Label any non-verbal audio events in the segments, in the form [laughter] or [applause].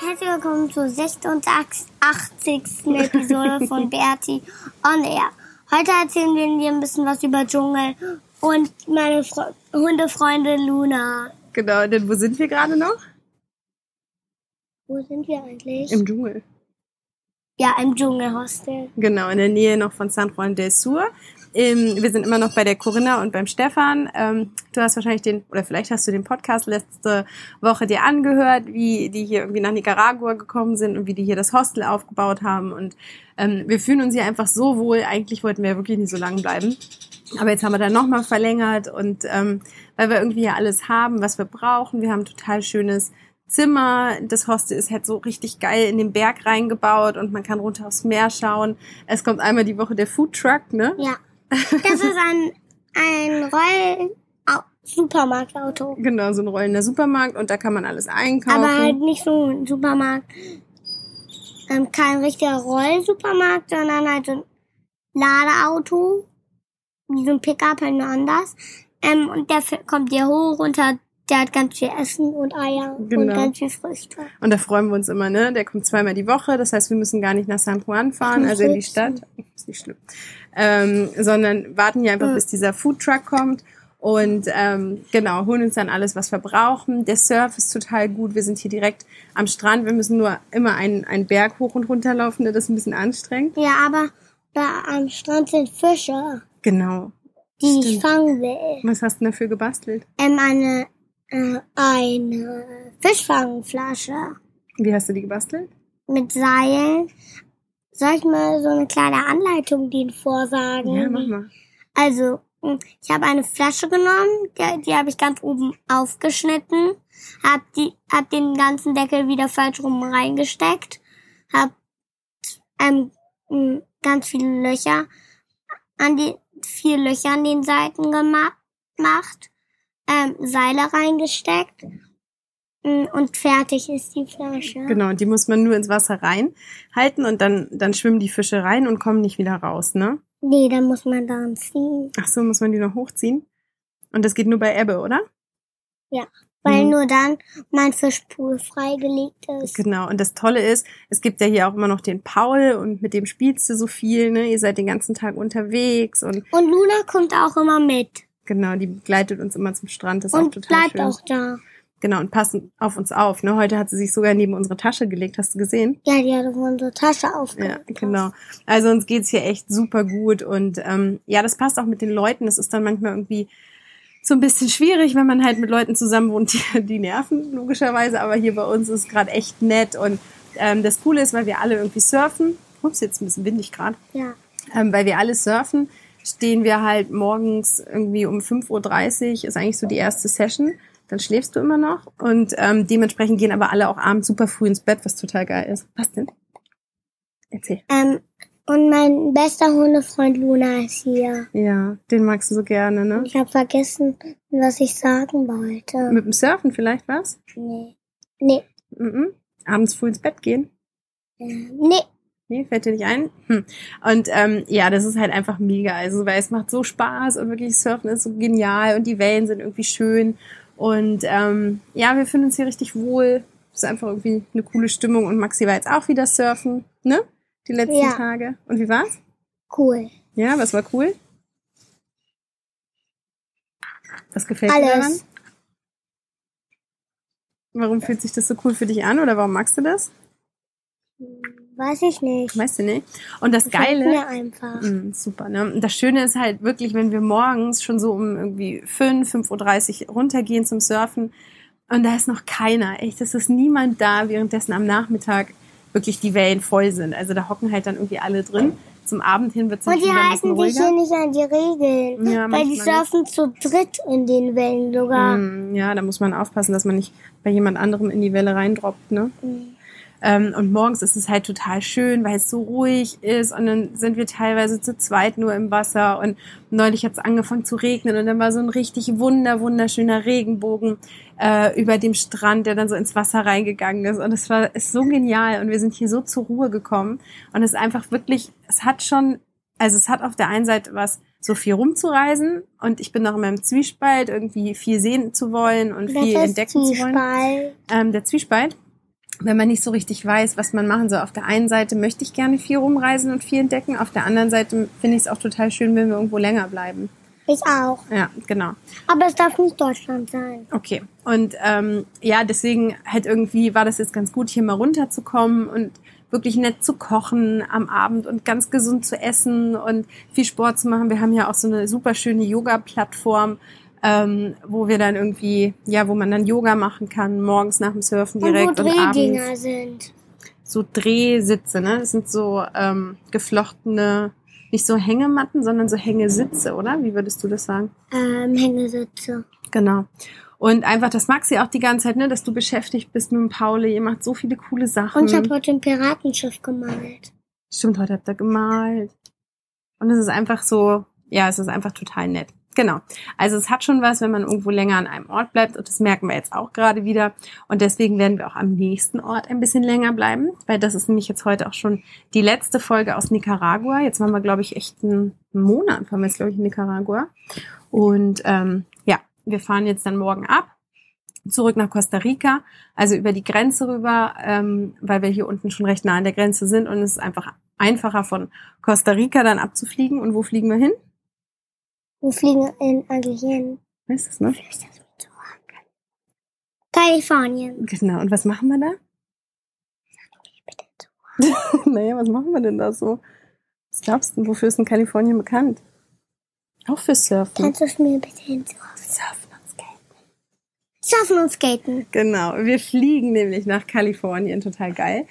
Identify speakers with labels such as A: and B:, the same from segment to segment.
A: Herzlich willkommen zur 86. Episode von Bertie on Air. Heute erzählen wir dir ein bisschen was über Dschungel und meine Fre Hundefreundin Luna.
B: Genau, denn wo sind wir gerade noch?
A: Wo sind wir eigentlich?
B: Im Dschungel.
A: ja, im Dschungelhostel.
B: Genau, in der Nähe noch von San Juan del Sur. Ähm, wir sind immer noch bei der Corinna und beim Stefan. Ähm, du hast wahrscheinlich den, oder vielleicht hast du den Podcast letzte Woche dir angehört, wie die hier irgendwie nach Nicaragua gekommen sind und wie die hier das Hostel aufgebaut haben. Und ähm, wir fühlen uns hier einfach so wohl. Eigentlich wollten wir ja wirklich nicht so lange bleiben. Aber jetzt haben wir da nochmal verlängert und ähm, weil wir irgendwie hier alles haben, was wir brauchen. Wir haben ein total schönes Zimmer. Das Hostel ist halt so richtig geil in den Berg reingebaut und man kann runter aufs Meer schauen. Es kommt einmal die Woche der Food Truck, ne?
A: Ja. Das ist ein, ein Roll Au- Supermarktauto.
B: Genau, so ein rollender Supermarkt und da kann man alles einkaufen.
A: Aber halt nicht so ein Supermarkt. Ähm, kein richtiger Rollsupermarkt, sondern halt so ein Ladeauto. Wie so ein Pickup, halt nur anders. Ähm, und der f- kommt hier hoch und hat, der hat ganz viel Essen und Eier und
B: Genau.
A: ganz viel Früchte.
B: und da freuen wir uns immer, ne? Der kommt zweimal die Woche, das heißt, wir müssen gar nicht nach San Juan fahren,
A: Ich
B: also in die
A: will's.
B: Stadt. Ist nicht schlimm. Ähm, sondern warten hier einfach,
A: Ja.
B: bis dieser Food Truck kommt. Und ähm, genau, holen uns dann alles, was wir brauchen. Der Surf ist total gut. Wir sind hier direkt am Strand. Wir müssen nur immer einen, einen Berg hoch und runter laufen. ne? Das ist ein bisschen anstrengend.
A: Ja, aber da am Strand sind Fische,
B: Genau.
A: die ich fangen will.
B: Was hast du denn dafür gebastelt?
A: ähm, eine, äh, eine Fischfangflasche
B: Wie hast du die gebastelt?
A: mit Seilen. Soll ich mal so eine kleine Anleitung denen vorsagen?
B: Ja, mach mal.
A: Also, mh, ich habe eine Flasche genommen, die, die habe ich ganz oben aufgeschnitten, habe hab den ganzen Deckel wieder falsch rum reingesteckt, habe ähm, mh, ganz viele Löcher an die vier Löcher an den Seiten gema- gemacht, ähm, Seile reingesteckt mh, und fertig ist die Flasche.
B: Genau, und die muss man nur ins Wasser reinhalten und dann, dann schwimmen die Fische rein und kommen nicht wieder raus, ne?
A: Nee, da muss man dran ziehen,
B: Ach so, muss man die noch hochziehen? Und das geht nur bei Ebbe, oder?
A: weil
B: Mhm.
A: nur dann mein Fischpool freigelegt ist.
B: Genau, und das Tolle ist, es gibt ja hier auch immer noch den Paul und mit dem spielst du so viel, ne? Ihr seid den ganzen Tag unterwegs und
A: Und Luna kommt auch immer mit
B: genau, die begleitet uns immer zum Strand, das ist auch
A: und
B: total
A: bleibt
B: schön.
A: auch da.
B: Genau, und passen auf uns auf, ne? Heute hat sie sich sogar neben unsere Tasche gelegt, hast du gesehen?
A: Ja, die hat auf unsere Tasche
B: Ja,
A: aufgepasst.
B: genau. Also uns geht's hier echt super gut und ähm, ja, das passt auch mit den Leuten. Das ist dann manchmal irgendwie so ein bisschen schwierig, wenn man halt mit Leuten zusammen wohnt, die, die nerven logischerweise. Aber hier bei uns ist gerade echt nett und ähm, das Coole ist, weil wir alle irgendwie surfen. Ups, jetzt ein bisschen windig gerade.
A: Ja.
B: Ähm, weil wir alle surfen, stehen wir halt morgens irgendwie um 5.30 Uhr, ist eigentlich so die erste Session. Dann schläfst du immer noch und ähm, dementsprechend gehen aber alle auch abends super früh ins Bett, was total geil ist. Was denn? Erzähl.
A: Ähm, und mein bester Hundefreund Luna ist hier.
B: Ja, den magst du so gerne, ne?
A: Ich habe vergessen, was ich sagen wollte.
B: Mit dem Surfen vielleicht was?
A: nee. Nee.
B: Mhm. Abends früh ins Bett gehen?
A: Ähm, Nee.
B: Nee, fällt dir nicht ein? Hm. Und ähm, ja, das ist halt einfach mega. Also, weil es macht so Spaß und wirklich Surfen ist so genial und die Wellen sind irgendwie schön. Und ähm, ja, wir fühlen uns hier richtig wohl. Es ist einfach irgendwie eine coole Stimmung. Und Maxi war jetzt auch wieder surfen, ne? Die letzten
A: Ja.
B: Tage. Und wie war's?
A: Cool.
B: Ja, was war cool? Was gefällt dir daran?
A: Alles.
B: Warum fühlt sich das so cool für dich an oder warum magst du das?
A: Weiß ich nicht.
B: Weißt du nicht? Und das
A: Gefällt
B: Geile.
A: Mir einfach.
B: Mm, super, ne? Und das Schöne ist halt wirklich, wenn wir morgens schon so um irgendwie 5, 5.30 Uhr runtergehen zum Surfen und da ist noch keiner, echt, es ist niemand da, währenddessen am Nachmittag wirklich die Wellen voll sind. Also da hocken halt dann irgendwie alle drin. Zum Abend hin wird es
A: Und die
B: wieder ein bisschen
A: halten sich
B: ruhiger.
A: hier nicht an die Regeln.
B: Ja,
A: weil
B: manchmal
A: die
B: nicht.
A: surfen zu dritt in den Wellen sogar.
B: Mm, Ja, da muss man aufpassen, dass man nicht bei jemand anderem in die Welle reindroppt, ne? Ähm, und morgens ist es halt total schön, weil es so ruhig ist und dann sind wir teilweise zu zweit nur im Wasser und neulich hat es angefangen zu regnen und dann war so ein richtig wunder, wunderschöner Regenbogen äh, über dem Strand, der dann so ins Wasser reingegangen ist und es war ist so genial und wir sind hier so zur Ruhe gekommen und es ist einfach wirklich, es hat schon, also es hat auf der einen Seite was, so viel rumzureisen und ich bin noch in meinem Zwiespalt, irgendwie viel sehen zu wollen und viel
A: Das ist
B: entdecken zu wollen
A: Zwiespalt.
B: ähm, der Zwiespalt, wenn man nicht so richtig weiß, was man machen soll. Auf der einen Seite möchte ich gerne viel rumreisen und viel entdecken, auf der anderen Seite finde ich es auch total schön, wenn wir irgendwo länger bleiben.
A: Ich auch.
B: Ja, genau.
A: Aber es darf nicht Deutschland sein.
B: Okay. Und ähm, ja, deswegen halt irgendwie war das jetzt ganz gut, hier mal runterzukommen und wirklich nett zu kochen am Abend und ganz gesund zu essen und viel Sport zu machen. Wir haben ja auch so eine super schöne Yoga-Plattform, ähm, wo wir dann irgendwie, ja, wo man dann Yoga machen kann, morgens nach dem Surfen direkt
A: und
B: und,
A: wo
B: abends.
A: Drehdinger sind.
B: so Drehsitze, ne? Das sind so ähm, geflochtene, nicht so Hängematten, sondern so Hängesitze, oder? Wie würdest du das sagen?
A: Ähm, Hängesitze.
B: Genau. Und einfach, das mag sie auch die ganze Zeit, ne? Dass du beschäftigt bist mit dem Pauli. Ihr macht so viele coole Sachen.
A: Und ich habe heute ein Piratenschiff gemalt.
B: Stimmt, heute habt ihr gemalt. Und es ist einfach so, ja, es ist einfach total nett. Genau. Also es hat schon was, wenn man irgendwo länger an einem Ort bleibt. Und das merken wir jetzt auch gerade wieder. Und deswegen werden wir auch am nächsten Ort ein bisschen länger bleiben, weil das ist nämlich jetzt heute auch schon die letzte Folge aus Nicaragua. Jetzt waren wir, glaube ich, echt einen Monat, waren wir jetzt, glaube ich, in Nicaragua. Und ähm, ja, wir fahren jetzt dann morgen ab, zurück nach Costa Rica, also über die Grenze rüber, ähm, weil wir hier unten schon recht nah an der Grenze sind und es ist einfach einfacher von Costa Rica dann abzufliegen. Und wo fliegen wir hin?
A: Wo fliegen in eigentlich hin?
B: Weißt du es noch?
A: Vielleicht ist das mir zu arg. Kalifornien.
B: Genau, und was machen wir da? [laughs]
A: Bitte zu.
B: naja, was machen wir denn da so? Was glaubst du, wofür ist in Kalifornien bekannt? Auch für Surfen.
A: Kannst du es mir bitte hin?
B: Surfen und Skaten.
A: Surfen und Skaten.
B: Genau, wir fliegen nämlich nach Kalifornien, total geil.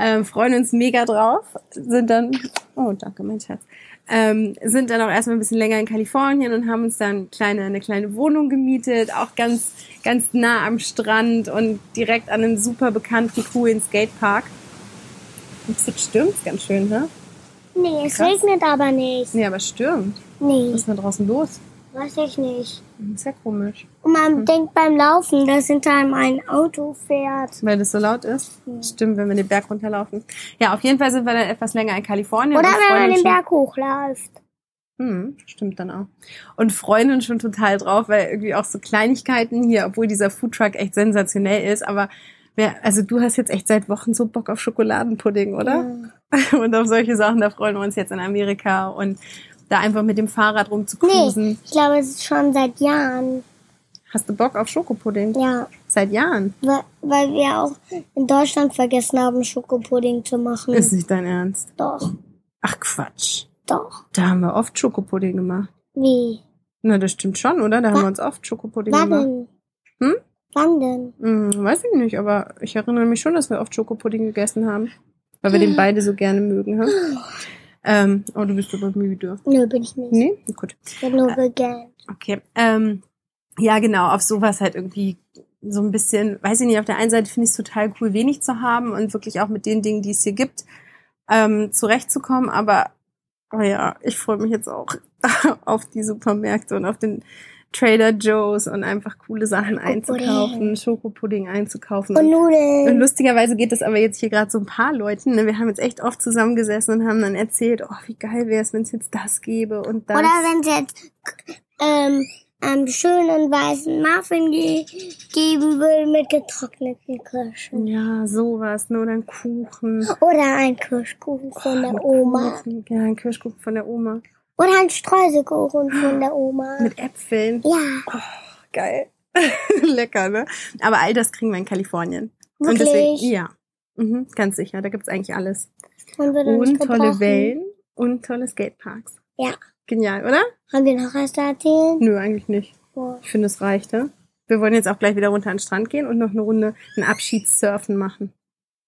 B: Ähm, freuen uns mega drauf, sind dann, oh danke mein Schatz, ähm, sind dann auch erstmal ein bisschen länger in Kalifornien und haben uns dann kleine, eine kleine Wohnung gemietet, auch ganz, ganz nah am Strand und direkt an einem super bekannten coolen Skatepark. Und es stürmt ganz schön, ne?
A: Nee, es
B: Krass.
A: regnet aber nicht.
B: Nee, aber es stürmt.
A: Nee,
B: Was ist denn da draußen los?
A: weiß ich nicht.
B: Ist ja komisch.
A: Und man
B: Mhm.
A: denkt beim Laufen, dass hinter einem ein Auto fährt.
B: Weil das so laut ist. Stimmt, wenn wir den Berg runterlaufen. Ja, auf jeden Fall sind wir dann etwas länger in Kalifornien.
A: Oder
B: und freuen
A: wenn man
B: uns
A: den
B: schon-
A: Berg hochläuft.
B: Hm, stimmt dann auch. Und freuen uns schon total drauf, weil irgendwie auch so Kleinigkeiten hier, obwohl dieser Foodtruck echt sensationell ist, aber wer, also du hast jetzt echt seit Wochen so Bock auf Schokoladenpudding, oder? [laughs] Und auf solche Sachen, da freuen wir uns jetzt in Amerika und da einfach mit dem Fahrrad rumzukusen. [laughs]
A: Nee, ich glaube, es ist schon seit Jahren.
B: Hast du Bock auf Schokopudding?
A: Ja,
B: Seit Jahren.
A: weil, weil wir auch in Deutschland vergessen haben, Schokopudding zu machen.
B: Ist nicht dein Ernst.
A: doch,
B: Ach Quatsch.
A: doch.
B: Da haben wir oft Schokopudding gemacht.
A: Wie?
B: Na, das stimmt schon, oder? Da haben wir uns oft Schokopudding
A: Wann
B: gemacht.
A: denn?
B: Hm?
A: Wann denn?
B: Hm, weiß ich nicht, aber ich erinnere mich schon, dass wir oft Schokopudding gegessen haben. Weil wir den beide so gerne mögen. Hm? Ähm, oh, du bist aber müde.
A: Nö, bin ich nicht.
B: Nee? Ah. Gut.
A: Ich habe nur gegähnt.
B: Okay. Ähm, ja, genau, auf sowas halt irgendwie so ein bisschen, weiß ich nicht, auf der einen Seite finde ich es total cool, wenig zu haben und wirklich auch mit den Dingen, die es hier gibt, ähm, zurechtzukommen. Aber oh ja, ich freue mich jetzt auch [laughs] auf die Supermärkte und auf den Trader Joe's und einfach coole Sachen einzukaufen, Schokopudding einzukaufen.
A: Und
B: Und
A: Nudeln.
B: lustigerweise geht das aber jetzt hier gerade so ein paar Leuten. Ne? Wir haben jetzt echt oft zusammengesessen und haben dann erzählt, oh, wie geil wäre es, wenn es jetzt das gäbe und das.
A: Oder wenn es jetzt ähm, einen schönen weißen Muffin ge geben würde mit getrockneten Kirschen.
B: ja, sowas, ne? Oder ein Kuchen.
A: Oder ein Kirschkuchen von der Oma.
B: Kuchen. Ja, ein Kirschkuchen von der Oma.
A: Oder ein Streuselkuchen von der Oma.
B: Mit Äpfeln.
A: Ja,
B: [laughs] Geil. Lecker, ne? Aber all das kriegen wir in Kalifornien. Und deswegen,
A: Wirklich?
B: ja. Mhm, ganz sicher, da gibt's eigentlich alles.
A: Und, wird noch
B: Und
A: nicht
B: tolle
A: gebrochen.
B: Wellen und tolle Skateparks.
A: Ja.
B: Genial, oder?
A: Haben wir noch was zu erzählen?
B: Nö, eigentlich nicht.
A: Oh.
B: Ich finde, es reicht, ne? Wir wollen jetzt auch gleich wieder runter an den Strand gehen und noch eine Runde ein Abschiedssurfen machen.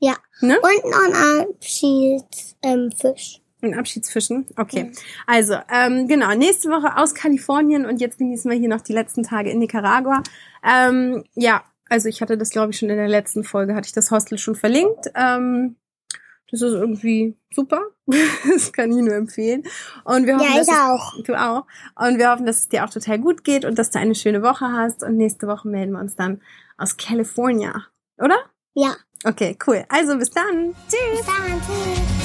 A: Ja.
B: Ne?
A: Und noch ein Abschiedsfisch. Ähm, Fisch.
B: Ein Abschiedsfischen? Okay. Also, ähm, genau, nächste Woche aus Kalifornien und jetzt genießen wir hier noch die letzten Tage in Nicaragua. Ähm, ja, also ich hatte das, glaube ich, schon in der letzten Folge, hatte ich das Hostel schon verlinkt. Ähm, das ist irgendwie super. [laughs] das kann ich nur empfehlen. Und wir hoffen,
A: ja,
B: dass
A: ich
B: es
A: auch.
B: Du auch. Und wir hoffen, dass es dir auch total gut geht und dass du eine schöne Woche hast. Und nächste Woche melden wir uns dann aus California. Oder?
A: Ja.
B: Okay, cool. Also bis dann. Tschüss.
A: Bis dann. Tschüss.